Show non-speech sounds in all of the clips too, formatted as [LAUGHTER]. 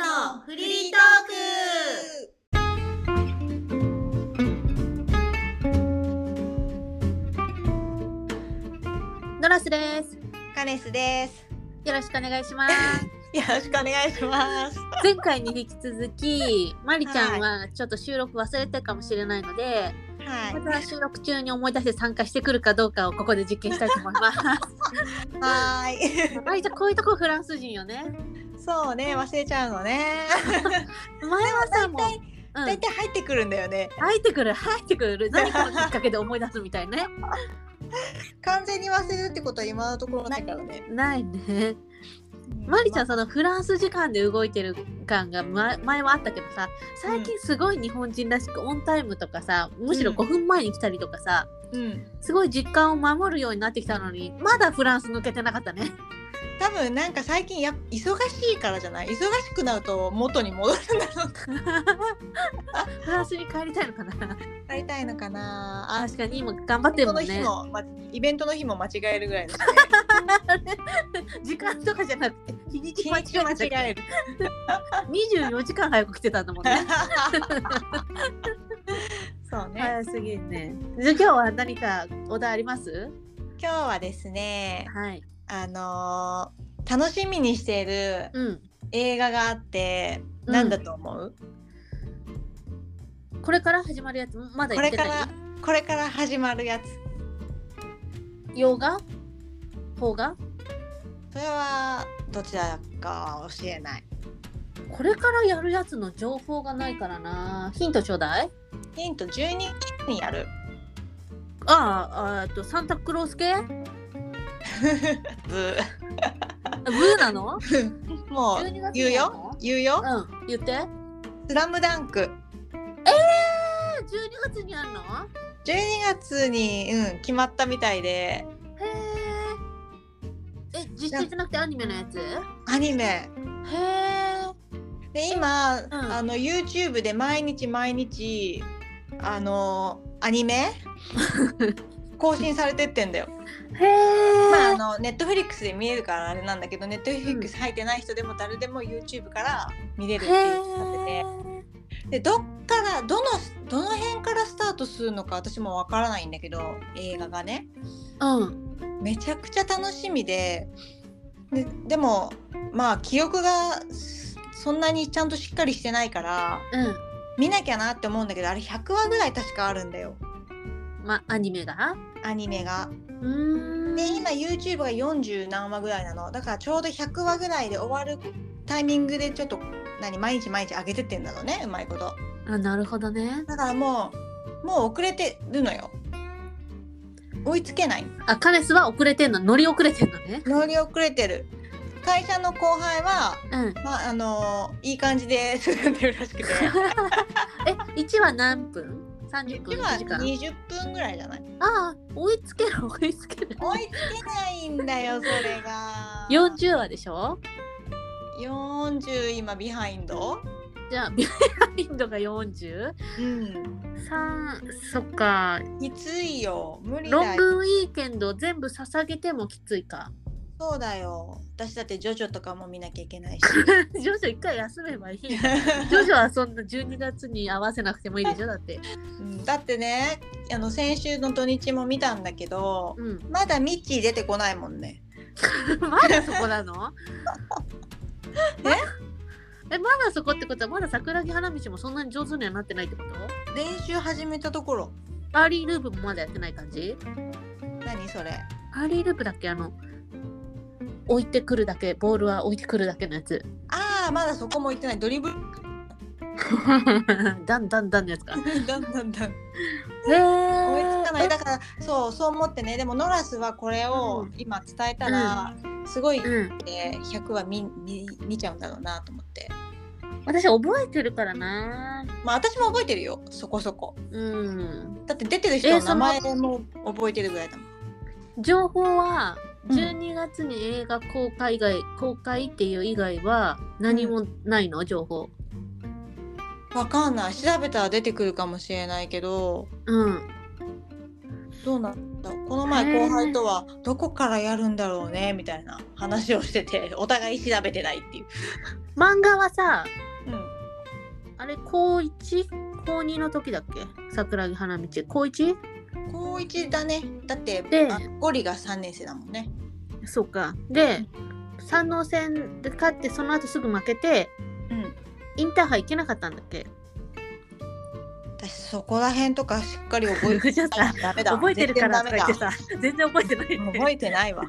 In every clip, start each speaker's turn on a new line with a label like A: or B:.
A: のフリートークドロスです
B: カネスです。
A: よろしくお願いします
B: よろしくお願いします。
A: 前回に引き続きまりちゃんはちょっと収録忘れてるかもしれないので、
B: はい。
A: また収録中に思い出して参加してくるかどうかをここで実験したいと思います
B: はー
A: [LAUGHS]
B: い。
A: まりちゃんこういうとこフランス人よね
B: [LAUGHS] そうね、忘れちゃうのね。 [LAUGHS]
A: 前はさもう
B: 大体、
A: うん
B: 大体入ってくるんだよね。
A: 入ってくる入ってくる何かのきっかけで思い出すみたいね [LAUGHS]
B: 完全に忘れるってことは今のところないからね。
A: ないねマリちゃんそのフランス時間で動いてる感がま前はあったけどさ最近すごい日本人らしくオンタイムとかさむしろ
B: うん
A: 5分前に来たりとかさ
B: うん。
A: すごい実感を守るようになってきたのにまだフランス抜けてなかったね [LAUGHS]
B: 多分なんか最近や忙しいからじゃない忙しくなると元に戻るんだろうな
A: フランスに帰りたいのかな
B: [LAUGHS] 会いたいのかなあ
A: 確かに今頑張ってる
B: そ
A: も
B: の
A: ん
B: 日
A: ね
B: も、ま、イベントの日も間違える
A: [LAUGHS]
B: ぐらいの
A: 時間とかじゃなくて日にち
B: 日にちを間違
A: [LAUGHS]
B: える
A: 24時間早く来てたんだもんね
B: そうね、
A: 早すぎるねじゃあ今日は何かお題あります
B: 今日はですね
A: はい
B: あのー楽しみにしている
A: うん
B: 映画があって、
A: うん
B: なんだと思う
A: これから始まるやつまだ
B: こ
A: 言っ
B: れ
A: て
B: か
A: ない
B: らこれから始まるやつ
A: 洋画邦画
B: それはどちらかは教えない
A: これからやるやつの情報がないからなヒントちょうだい
B: ヒント12にやる
A: ああえっとサンタクロース系 [LAUGHS]
B: ブ
A: ブーな [LAUGHS] の
B: ーもう
A: 12月
B: 言う
A: にやる
B: よ
A: の
B: 言うよ
A: うん言ってえ
B: 「スラムダンク
A: ー、12月にやるの
B: 12月に、うん、決まったみたいで
A: へええ実写じゃなくてアニメのやつへ
B: アニメ
A: え
B: で今、
A: ん
B: あの YouTube で毎日毎日あのアニメ [LAUGHS] 更新されてってんだよ
A: へえ
B: まあ、あのネットフリックスで見えるからあれなんだけどネットフリックス入ってない人でも誰でも YouTube から見れるっていう風になっててでどっからどのどの辺からスタートするのか私もわからないんだけど映画がね
A: うん
B: めちゃくちゃ楽しみでででもまあ記憶がそんなにちゃんとしっかりしてないから
A: うん
B: 見なきゃなって思うんだけどあれ100話ぐらい確かあるんだよ
A: まアニメが
B: アニメが。
A: うーん
B: で今 YouTube が40何話ぐらいなのだからちょうど100話ぐらいで終わるタイミングでちょっと何毎日毎日上げてってんだろうねうまいこと
A: あなるほどね
B: だからもうもう遅れてるのよ追いつけない
A: あカネスは遅れてんの乗り遅れてんのね
B: 乗り遅れてる会社の後輩は
A: うん
B: まああのいい感じで進んでるらしくて
A: え、1は何分 ?30 分
B: 今
A: 1時間
B: 20分ぐらいじゃない
A: ああ、追いつける、追いつける。
B: 追いつけないんだよそ
A: [LAUGHS]
B: れが
A: 40話でしょ
B: 40今ビハインド
A: じゃあ、ビハインドが 40?
B: うん
A: さんそっか。
B: きついよ無理
A: ロ
B: だ
A: ン
B: よ
A: グウィーケンド全部捧げてもきついか。 [LAUGHS]
B: そうだよ私だってジョジョとかも見なきゃいけないし
A: [LAUGHS] ジョジョ一回休めば
B: [LAUGHS]
A: いい。ジョジョはそんな12月に合わせなくてもいいでしょだって。
B: うんだってねあの先週の土日も見たんだけど
A: うん。
B: まだミッチー出てこないもんね
A: まだそこな
B: [LAUGHS]
A: の [LAUGHS] えまだそこってことはまだ桜木花道もそんなに上手にはなってないってこと
B: 練習始めたところ
A: アーリーループもまだやってない感じ
B: 何それ
A: アーリーループだっけあの置いてくるだけボールは置いてくるだけのや
B: [LAUGHS]
A: つ
B: ああまだそこも行ってないドリブル [LAUGHS]
A: だんだんだんのやつ
B: [LAUGHS]
A: かへ
B: だんだんだん
A: え
B: 追いつかない
A: だ
B: だからそうそう思ってねでもノラスはこれ
A: う
B: を
A: ん
B: 今伝えたら、すごい、
A: うん
B: えー100は見見見ちゃうんだろうなと思って
A: 私覚えてるからな
B: まあ私も覚えてるよそこそこ
A: うん
B: だって出てる人の
A: えーそ
B: 名
A: の
B: 前も覚えてるぐらいだもん。
A: 情報は
B: うん
A: 12月に映画公開以外、公開っていう以外は何もないの情報
B: わかんない調べたら出てくるかもしれないけど
A: うん
B: どうなんだろうこの前後輩とはどこからやるんだろうねみたいな話をしててお互い調べてないっていう。
A: 漫画はさ
B: う
A: あれ高1高2の時だっけ桜木花道高 1?
B: 高一だねだって
A: で
B: あゴリが3年生だもんね
A: そうかで山王戦で勝ってその後すぐ負けて
B: うん
A: インターハイ行けなかったんだっけ
B: 私そこら辺とかしっかり覚
A: [LAUGHS]
B: え
A: ちょっ
B: て
A: と
B: ないダメだ
A: 覚えてるからと
B: 全
A: か言
B: 然ダ
A: っ
B: メ
A: て
B: だ
A: さ全然覚えてないね
B: 覚えてないわ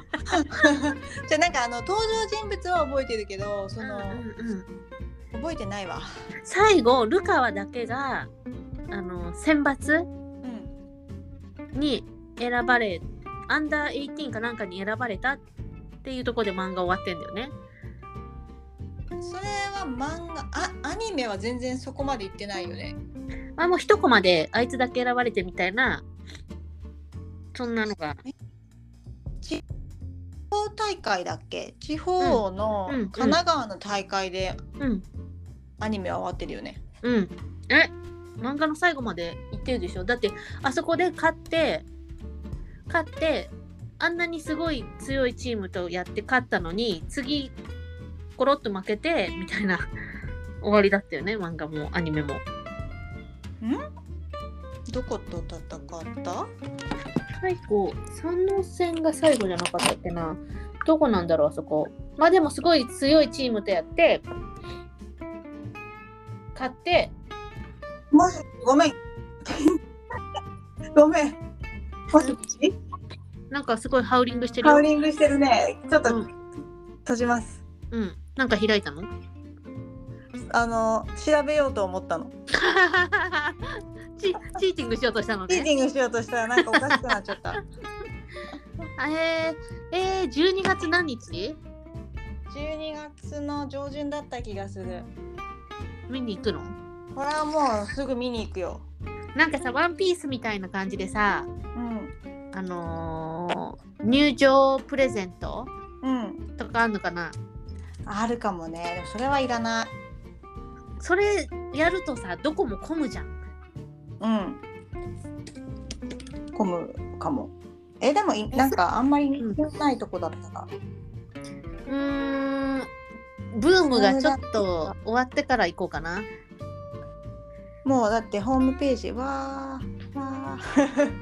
B: [LAUGHS] じゃあなんかあの登場人物は覚えてるけどその、
A: うんうんうん
B: 覚えてないわ
A: 最後ルカワだけがあの選抜
B: うん
A: に選ばれアンダー18かなんかに選ばれたっていうところで漫画終わってんだよね。
B: それは漫画あアニメは全然そこまで行ってないよね
A: まあもう一コマであいつだけ選ばれてみたいなそんなのが。
B: 地方大会だっけ地方の
A: うんうんうん
B: 神奈川の大会で
A: うん
B: アニメは終わってるよね、
A: うん。え漫画の最後まで行ってるでしょだってあそこで勝って勝ってあんなにすごい強いチームとやって勝ったのに次コロッと負けてみたいな [LAUGHS] 終わりだったよね漫画もアニメも。
B: どこと戦った
A: 最後三能戦が最後じゃなかったっけなどこなんだろうあそこまあでもすごい強いチームとやって勝って
B: もしごめんごめんもしもし
A: なんかすごいハウリングしてる
B: カ
A: よ
B: ウリングしてるねちょっと
A: うん
B: 閉じます、
A: うんなんか開いたの
B: あの調べようと思ったの
A: [LAUGHS] チチーティングしようとしたの
B: リー
A: ね
B: ディングしようとしたらなんかおかしくなっちゃった [LAUGHS]
A: えー、えー、12月何日
B: 12月の上旬だった気がする
A: 見に行くの
B: これはもうすぐ見に行くよ
A: なんかさ「ワンピースみたいな感じでさ
B: うん
A: あのー入場プレゼント
B: うん
A: とかあんのかな
B: あるかもねでもそれはいらない
A: それやるとさどこも混むじゃん
B: うん。混むかも。え、でもい、なんかあんまり
A: うん
B: ないとこだったな。
A: うーんブームがちょっと終わってから行こうかな。
B: もうだってホームページ、わー、わー。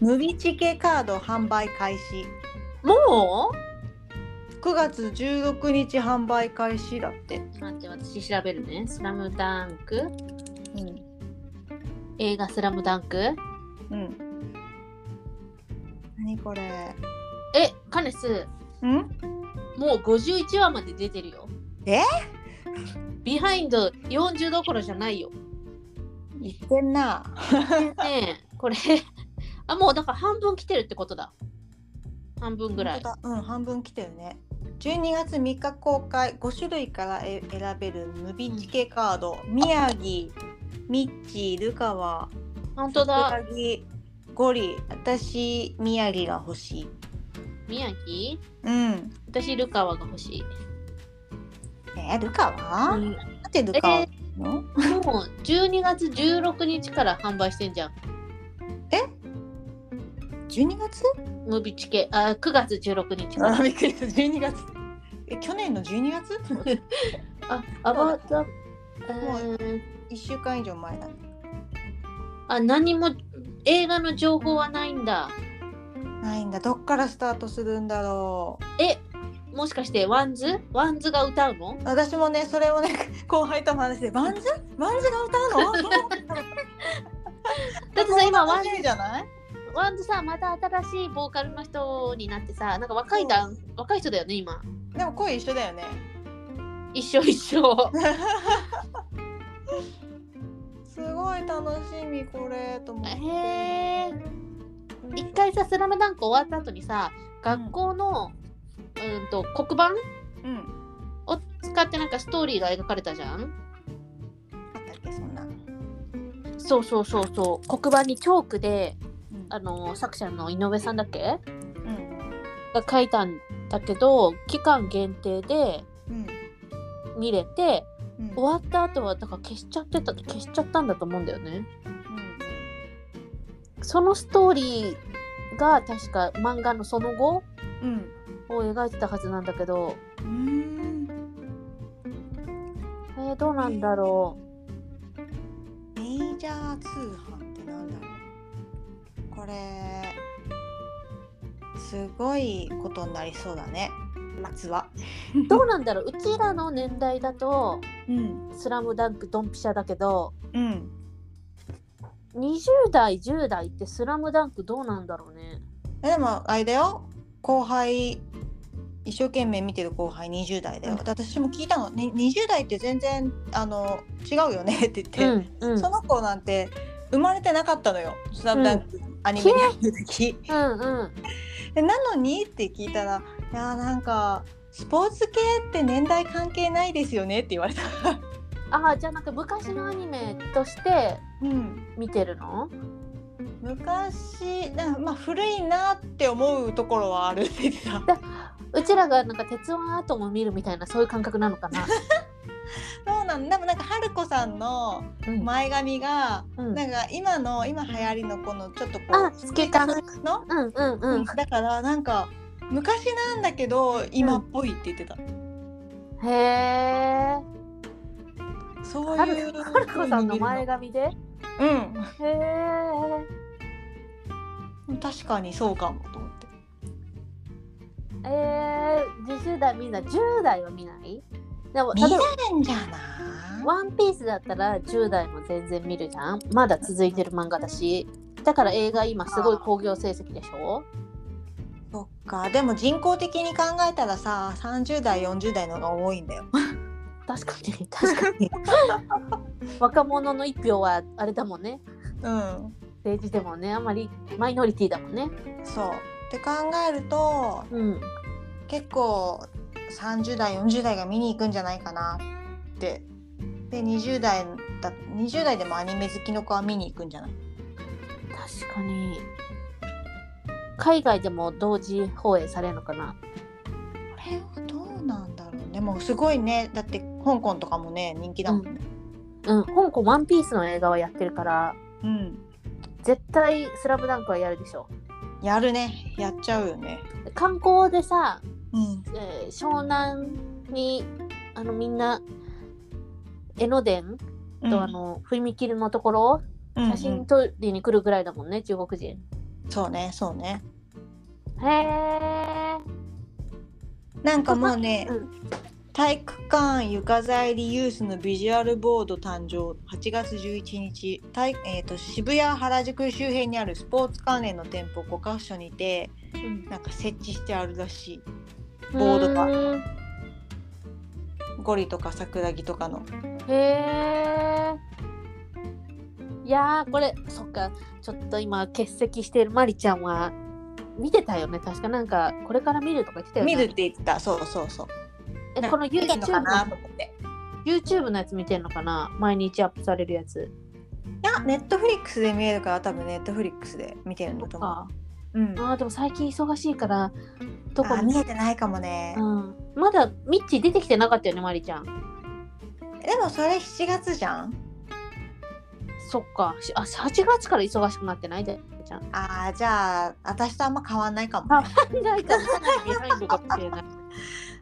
B: ムビチケカード販売開始。
A: も
B: 9月16日販売開始だって。
A: う待って私調べるね。スラムダンク
B: うん。
A: 映画スラムダンク
B: うん。何これ。
A: えカネス
B: ん
A: もう51話まで出てるよ。
B: え
A: ビハインド40どころじゃない
B: [LAUGHS]
A: よ。
B: 言ってんな。
A: ねえこれあもうだから半分来てるってことだ。半分ぐらい。
B: 本当だうん半分来てるね12月3日公開5種類からえ選べるムビチケカード、宮城ミッチールカワ
A: 本当だ。
B: 桜木ゴリ私宮城が欲しい
A: 宮城
B: うん
A: 私ルカワが欲しい。
B: えールカワ、
A: う
B: なん
A: ん
B: でルカワの、
A: もう12月16日から販売してんじゃん。
B: 12月
A: ムービーチケあ9月16日から。
B: びっくりした12月 [LAUGHS] え去年の12月 [LAUGHS]
A: あ、アバター、え
B: も
A: ー、
B: 1週間以上前だね
A: あ、何も映画の情報はないんだ。
B: ないんだどっからスタートするんだろう
A: え、もしかしてワンズワンズが歌うの
B: 私もねそれをね後輩とも話して「バンズバンズが歌うの?」 [LAUGHS]
A: だってさ、今ワン
B: ズじゃない
A: ワンズさ、また新しいボーカルの人になってさ、なんか若いだ、
B: うん
A: ん、若い人だよね、今。
B: でも声一緒だ [LAUGHS] よね
A: 一緒一緒。
B: すごい楽しみこれと思って
A: へー一回さ、スラムダンク終わった後にさ、学校の、うんと黒板
B: うん
A: を使ってなんかストーリーが描かれたじゃん
B: あったっけそんな
A: そうそうそうそう黒板にチョークで
B: うん
A: あの作者の井上さんだっけ
B: うん
A: が書いたんだけど期間限定で
B: うん
A: 見れて
B: うん
A: 終わった後はだから消しちゃってた消しちゃったんだと思うんだよねそのストーリーが確か漫画のその後
B: うん
A: を描いてたはずなんだけど
B: うんうん
A: へええー、どうなんだろう。
B: メジャー通販ってなんだろうこれすごいことになりそうだね夏は [LAUGHS]
A: どうなんだろう。うちらの年代だと、
B: うん
A: スラムダンクドンピシャだけど、
B: うん
A: 20代、10代ってスラムダンクどうなんだろうね。
B: えでもあれだよ後輩一生懸命見てる後輩20代だよ、
A: うん
B: 私も聞いたの、ね、20代って全然あの違うよね [LAUGHS] って言って、
A: うん、うん
B: その子なんて生まれてなかったのよ「スラムダンクアニメに入った時。
A: うんうん。
B: えなのにって聞いたら「いやーなんかスポーツ系って年代関係ないですよね」って言われた。
A: ああ、じゃあなんか昔のアニメとして
B: うん、
A: 見てるの
B: 昔なまあ古いなって思うところはあるって言ってた
A: うちらがなんか鉄腕アトムを見るみたいなそういう感覚なの
B: [LAUGHS]
A: かな。
B: そうなんでもなんか春子さんの
A: うん
B: 前髪が、
A: うん
B: なんか今の今流行りのこのちょっとこう
A: あ透け感
B: の、
A: うんうんうん。
B: だからなんか昔なんだけど今っぽいって言ってた、
A: へえ。
B: そう
A: は
B: い
A: る
B: う風に
A: はるこさんの
B: 見る
A: 前髪で。へえ。
B: うん確かにそうかもと思って
A: ええ20代みんな10代は見ないでも例
B: 見
A: え
B: な
A: ば
B: いんじゃない
A: 「ワンピースだったら10代も全然見るじゃんまだ続いてる漫画だしだから映画今すごい興行成績でしょ
B: そっかでも人口的に考えたらさ30代40代のが多いんだよ。
A: 確かに確かに [LAUGHS] 若者の一票はあれだもんね
B: うん、
A: 政治でもねあんまりマイノリティだもんね
B: そうって考えると
A: うん
B: 結構30代40代が見に行くんじゃないかなってで20代だ20代でもアニメ好きの子は見に行くんじゃない
A: 確かに海外でも同時放映されるのかな
B: これはどうなんだろうでもすごいねだって香港とかもね人気だもんね。
A: うん香港「ワンピースの映画はやってるから
B: うん、
A: 絶対「スラムダンクはやるでしょ
B: やるねやっちゃうよね。
A: 観光でさ、
B: うん
A: えー湘南にあのみんな江ノ電と、あの踏切のところを
B: うん
A: 写真撮りに来るぐらいだもんね、中国人。
B: うんそうねそうね。
A: へえ。
B: なんかもうね、
A: うん
B: 体育館床材リユースのビジュアルボード誕生8月11日体、えー、と渋谷原宿周辺にあるスポーツ関連の店舗5か所にてなんか設置してあるらしいボードが
A: が。
B: ゴリとか桜木とかの
A: へえ。いやーこれそっかちょっと今欠席してるまりちゃんは見てたよね確かなんかこれから見るとか言ってたよね
B: 見るって言ってたそうそうそう
A: え
B: な
A: この
B: 見てんの
A: YouTube
B: かな
A: の
B: と思ってい
A: YouTube のやつ見てんのかな毎日アップされるやつ
B: やネットフリックスで見えるから多分ネットフリックスで見てるん
A: と
B: だと思
A: か
B: う、うん、
A: あーでも最近忙しいからどこ
B: あ見えてないかもね、
A: うん、まだミッチー出てきてなかったよねマリちゃん
B: でもそれ7月じゃん
A: そっかしあ8月から忙しくなってないでちゃん
B: あーじゃあ私とあんま変わんないかも
A: ないかかなりないのかもし
B: [LAUGHS]
A: れない、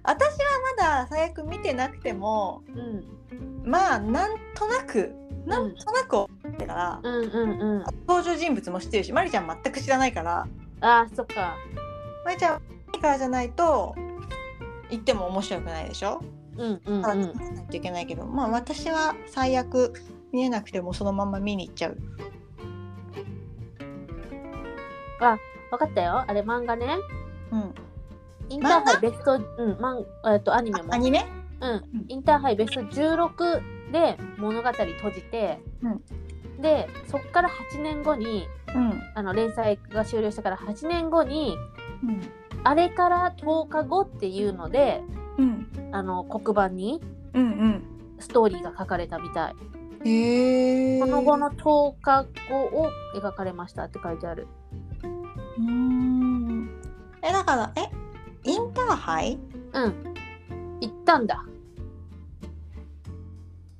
B: 私はまだ最悪見てなくても
A: うん、
B: まあなんとなくなんとなく思ってたから、
A: うんうんうん
B: 登場人物も知ってるしまりちゃん全く知らないから
A: あーそっか
B: まりちゃんからじゃないと言っても面白くないでしょ、
A: うんうん
B: ただ
A: うん
B: 見ないといけないけどまあ私は最悪見えなくてもそのまま見に行っちゃう
A: 分かったよあれ漫画ね
B: うん
A: インターハイベストうんマンえっとアニメも
B: アニメ
A: うん、インターハイベスト16で物語閉じて、でそっから8年後に
B: うん、
A: あの連載が終了してから8年後に
B: うん
A: あれから10日後っていうので
B: うん
A: あの黒板に
B: うん
A: ストーリーが書かれたみたい
B: うんへえ
A: その後の10日後を描かれましたって書いてある
B: うーんえだからえインターハイ
A: うん行ったんだ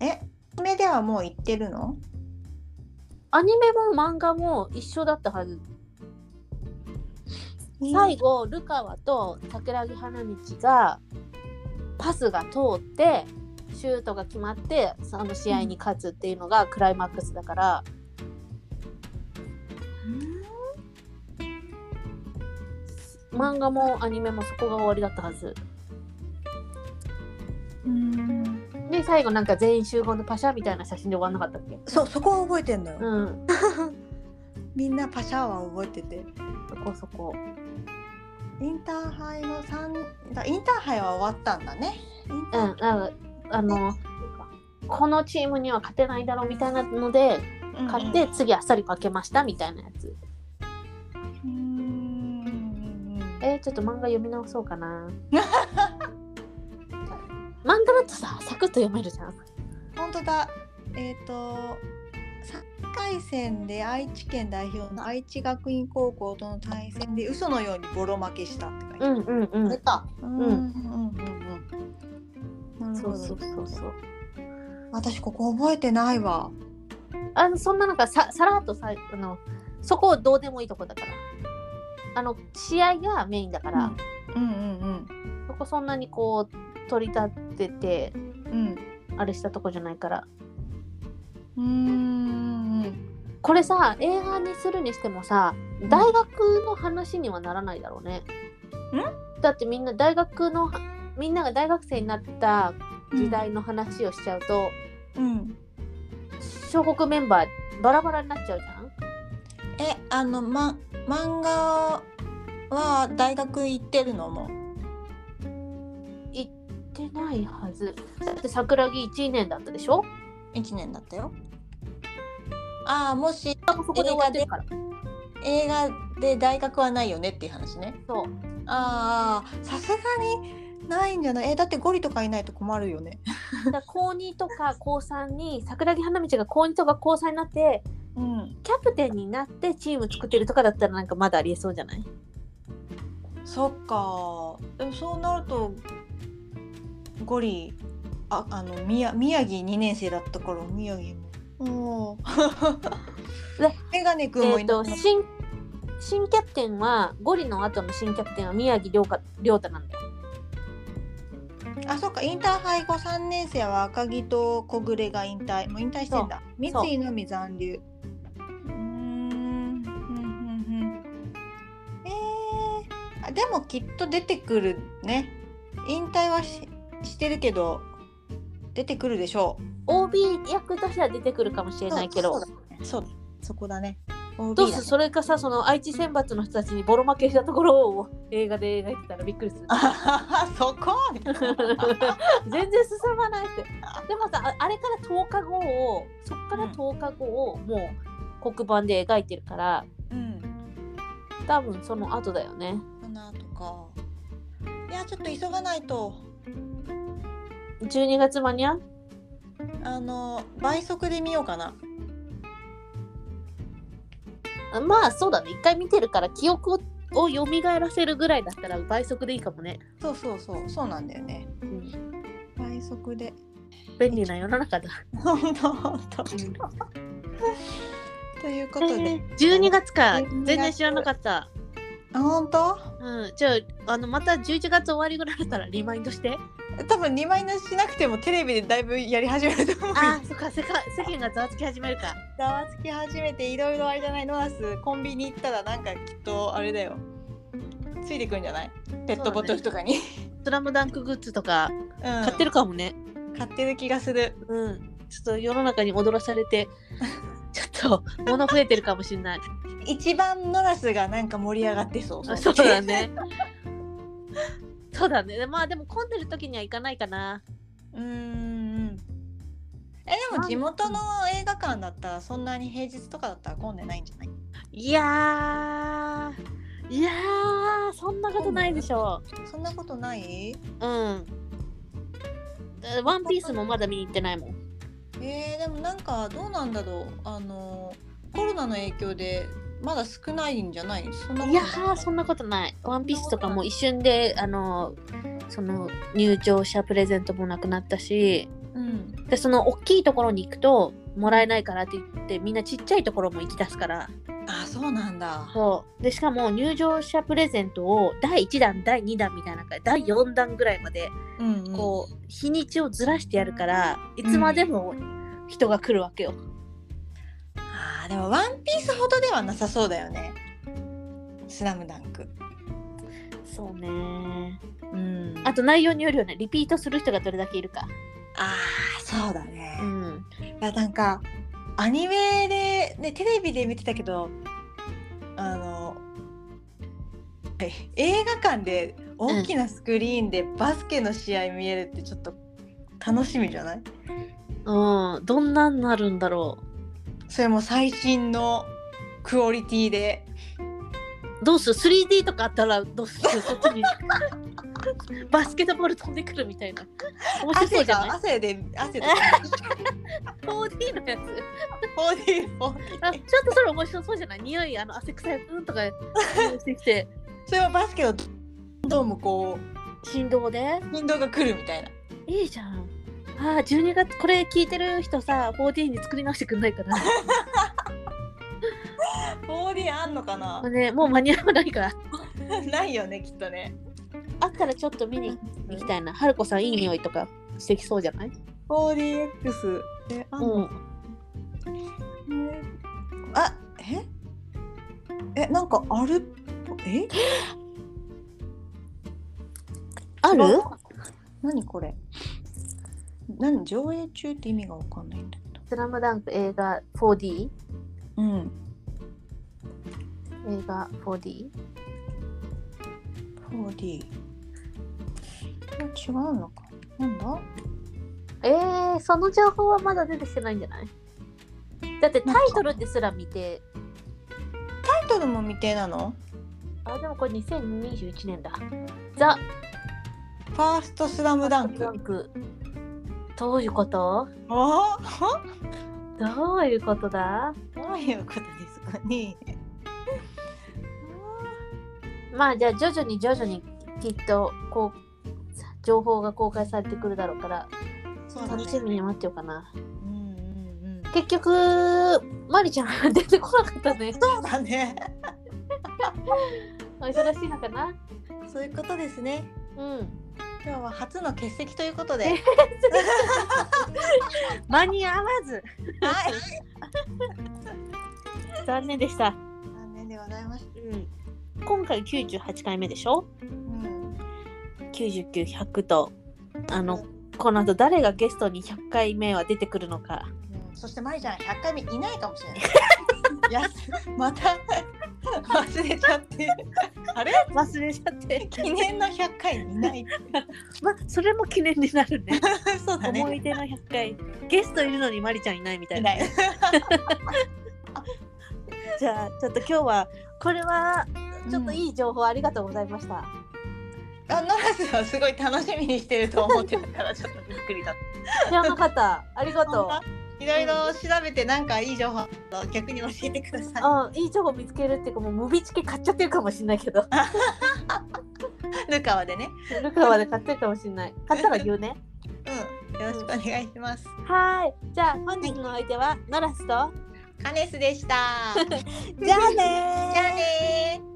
B: えアニメではもう行ってるの
A: アニメも漫画も一緒だったはず最後ルカワと桜木花道がパスが通ってシュートが決まってあの試合に勝つっていうのがクライマックスだから、漫画もアニメもそこが終わりだったはず
B: うん
A: で最後なんか全員集合のパシャみたいな写真で終わんなかったっけ
B: そうそこは覚えてんのよ、
A: うん
B: みんなパシャは覚えてて
A: そこそこ
B: インターハイは三だインターハイは終わったんだねインタ
A: う
B: ー
A: んうんあのこのチームには勝てないだろうみたいなので
B: うん
A: 勝って次あっさり負けましたみたいなやつ
B: うん
A: えー、ちょっと漫画読み直そうか [LAUGHS] な漫画だとさサクッと読めるじゃん
B: 本当だえっ、と3回戦で愛知県代表の愛知学院高校との対戦で嘘のようにボロ負けしたって書いてあ
A: うん
B: る
A: うんう
B: それ
A: ん
B: かうんうんうんうんなる
A: そ
B: ほ
A: う
B: ど
A: そうそうそう
B: 私ここ覚えてないわ
A: あのそんな中ささらっとさあのそこどうでもいいとこだからあの試合がメインだから、
B: うんうん
A: そこそんなにこう取り立てて
B: うんうん
A: あれしたとこじゃないから
B: うーん
A: これさ映画にするにしてもさ大学の話にはならないだろうね、だってみんな大学のみんなが大学生になった時代の話をしちゃうと、
B: うん
A: 小国メンバーバラバラになっちゃうじゃん
B: えあのま漫画は大学行ってるのも
A: 行ってないはずだって桜木1年だったでしょ
B: 1年だったよああもし
A: そこで終わってるから
B: 映画で大学はないよねっていう話ね
A: そう
B: ああさすがにないんじゃないえだってゴリとかいないと困るよね、
A: だから高2とか高3に桜木花道が高2とか高3になって
B: うん、
A: キャプテンになってチーム作ってるとかだったらなんかまだありえそうじゃない
B: そっかでもそうなるとゴリああの宮宮城2年生だったから宮城もお
A: [LAUGHS] で
B: ーメガネ君
A: え
B: も
A: っ、
B: い
A: と
B: ない、
A: 新新キャプテンはゴリの後の新キャプテンは宮城亮太亮太なんだよ
B: あそっかインターハイ後3年生は赤木と小暮が引退もう引退してんだ三
A: そう
B: 井のみ残留うーんふんふんふんえー、あでもきっと出てくるね引退はししてるけど出てくるでしょ
A: OB 役としては出てくるかもしれ
B: う
A: ないけど
B: そうだねそうだそこだね OB
A: どうす
B: だね
A: るそれかさその愛知選抜の人たちにボロ負けしたところを映画で描いてたらびっくりする
B: あはは [LAUGHS] そこ
A: [LAUGHS] 全然進まないってでもさああれから10日後をそっから10日後をもう黒板で描いてるから
B: うん
A: 多分その後だよね
B: かなとかいやちょっと急がないと
A: 12月間に合う
B: あの倍速で見ようかな
A: あまあそうだね一回見てるから記憶をを蘇らせるぐらいだったら倍速でいいかもね、
B: そうそうそうそうなんだよね
A: うん、
B: 倍速で
A: 便利な世の中だ、
B: 本当本
A: う
B: 当
A: ん
B: ということで、
A: えー12月か
B: 12
A: 全
B: 月
A: 然知らなかった、
B: あ本当
A: うん、じゃああのまた11月終わりぐらいだったらリマインドして
B: 多分2マイナスしなくてもテレビでだいぶやり始めると思う
A: あーそっか世界世間がざわつき始めるか
B: ざわつき始めていろいろあれじゃないノアスコンビニ行ったらなんかきっとあれだよついてくんじゃないペットボトルとかに
A: スラムダンクグッズとか
B: うん
A: 買ってるかもね、
B: 買ってる気がする
A: うん、ちょっと世の中に踊らされ [LAUGHS] てちょっと物増えてるかもしれ [LAUGHS] ない
B: 一番ノラスがなんか盛り上がってそう
A: あそうだねそうだねまあでも混んでる時には行かないかな
B: [LAUGHS] うーんえでも地元の映画館だったらそんなに平日とかだったら混んでないんじゃない
A: いやーいやーそんなことないでしょ
B: そんなことない
A: うんだワンピースもまだ見に行ってないもん
B: えー、でもなんかどうなんだろうあのコロナの影響でまだ少ないんじゃないそんなことない
A: いやーそんなことないワンピースとかも一瞬であのその入場者プレゼントもなくなったし
B: うん
A: でその大きいところに行くともらえないからって言ってみんなちっちゃいところも行き出すから
B: あそうなんだ
A: そうでしかも入場者プレゼントを第1弾第2弾みたいな感じ第4弾ぐらいまで
B: うんうん
A: こう、日にちをずらしてやるからいつまでも人が来るわけよ。
B: あーでも「ワンピースほどではなさそうだよね「スラムダンク
A: そうね
B: うん
A: あと内容によるよねリピートする人がどれだけいるか。
B: あーそうだね、
A: ん、
B: いやなんかアニメで、ね、テレビで見てたけどあのえ映画館で大きなスクリーンでバスケの試合見えるってちょっと楽しみじゃない
A: うん、どんなんなるんだろ
B: それも最新のクオリティで
A: うどうする 3D とかあったらどうするそっちに [LAUGHS] バスケットボール飛んでくるみたいな面白そう
B: 汗
A: じゃ
B: が
A: ない
B: 汗で汗で
A: 4D のやつ
B: 4D 4D
A: あちょっとそれ面白そうじゃない匂いあの汗臭いうんとかしてきて
B: それはバスケのどうもこう
A: 振動で
B: 振動が来るみたいない
A: いじゃんあー12月これ聞いてる人さ 4D に作り直してくんないかな
B: 4D あんのかな
A: もうねもう間に合わないから
B: [LAUGHS] ないよねきっとね
A: あったらちょっと見に行きたいな春子さんいい匂いとかしてきそうじゃない
B: 4DX えあんの
A: うん
B: あええなんかあるえ
A: ある
B: 何これ何上映中って意味がわかんないんだけど
A: スラムダンク映画 4D?
B: うん
A: 映画 4D?
B: 4D 違うのかなんだ
A: えー、その情報はまだ出てきてないんじゃないだってタイトルですら見て、
B: タイトルも未定なの
A: あ、でもこれ2021年だ。ザ・
B: ファーストスラムダンク
A: ダンク。どういうこと
B: あ [LAUGHS] あ
A: どういうことだ
B: どういうことですかね
A: まあじゃあ徐々に徐々にきっとこう情報が公開されてくるだろうから
B: そうだ
A: 楽
B: ね
A: しみに待ってようかな。
B: うんうんうん
A: 結局マリちゃん出てこなかったね。
B: そうだね
A: お忙しいのかな
B: そういうことですね
A: うん。
B: 今日は初の欠席ということで
A: [LAUGHS] 間に合わず
B: はい
A: 残念でした。
B: 残念でございまし
A: うん。今回98回目でしょ
B: た。うん。
A: ?99100 とあのこの後誰がゲストに100回目は出てくるのか。
B: うんそしてまりちゃん100回目いないかもし
A: [LAUGHS]
B: れない。いやまた忘れちゃってあれ
A: 忘れちゃって。
B: 記念の100回いない。
A: まあそれも記念になるね。
B: そうだ
A: 思い出
B: ね。
A: の100回ゲストいるのにマリちゃんいないみたい
B: い
A: な
B: ない。
A: じゃあちょっと今日はこれはちょっといい情報ありがとうございました、
B: あノラスはすごい楽しみにしてると思ってたからちょっとびっくりだっ
A: 知らなかったありが
B: た。
A: と
B: 本当いろいろ調べてなんかいい情報あったら逆に教えてください。
A: う、うん、いい情報見つけるっていうかもうムビチケ買っちゃってるかもしれないけど
B: ルカワでね。
A: ルカワで買ってるかもしれない買ったら言うね
B: うん。よろしくお願いします。
A: はーいじゃあ本日のお相手はノラスと
B: カネスでした。
A: じゃあねー
B: じゃあねー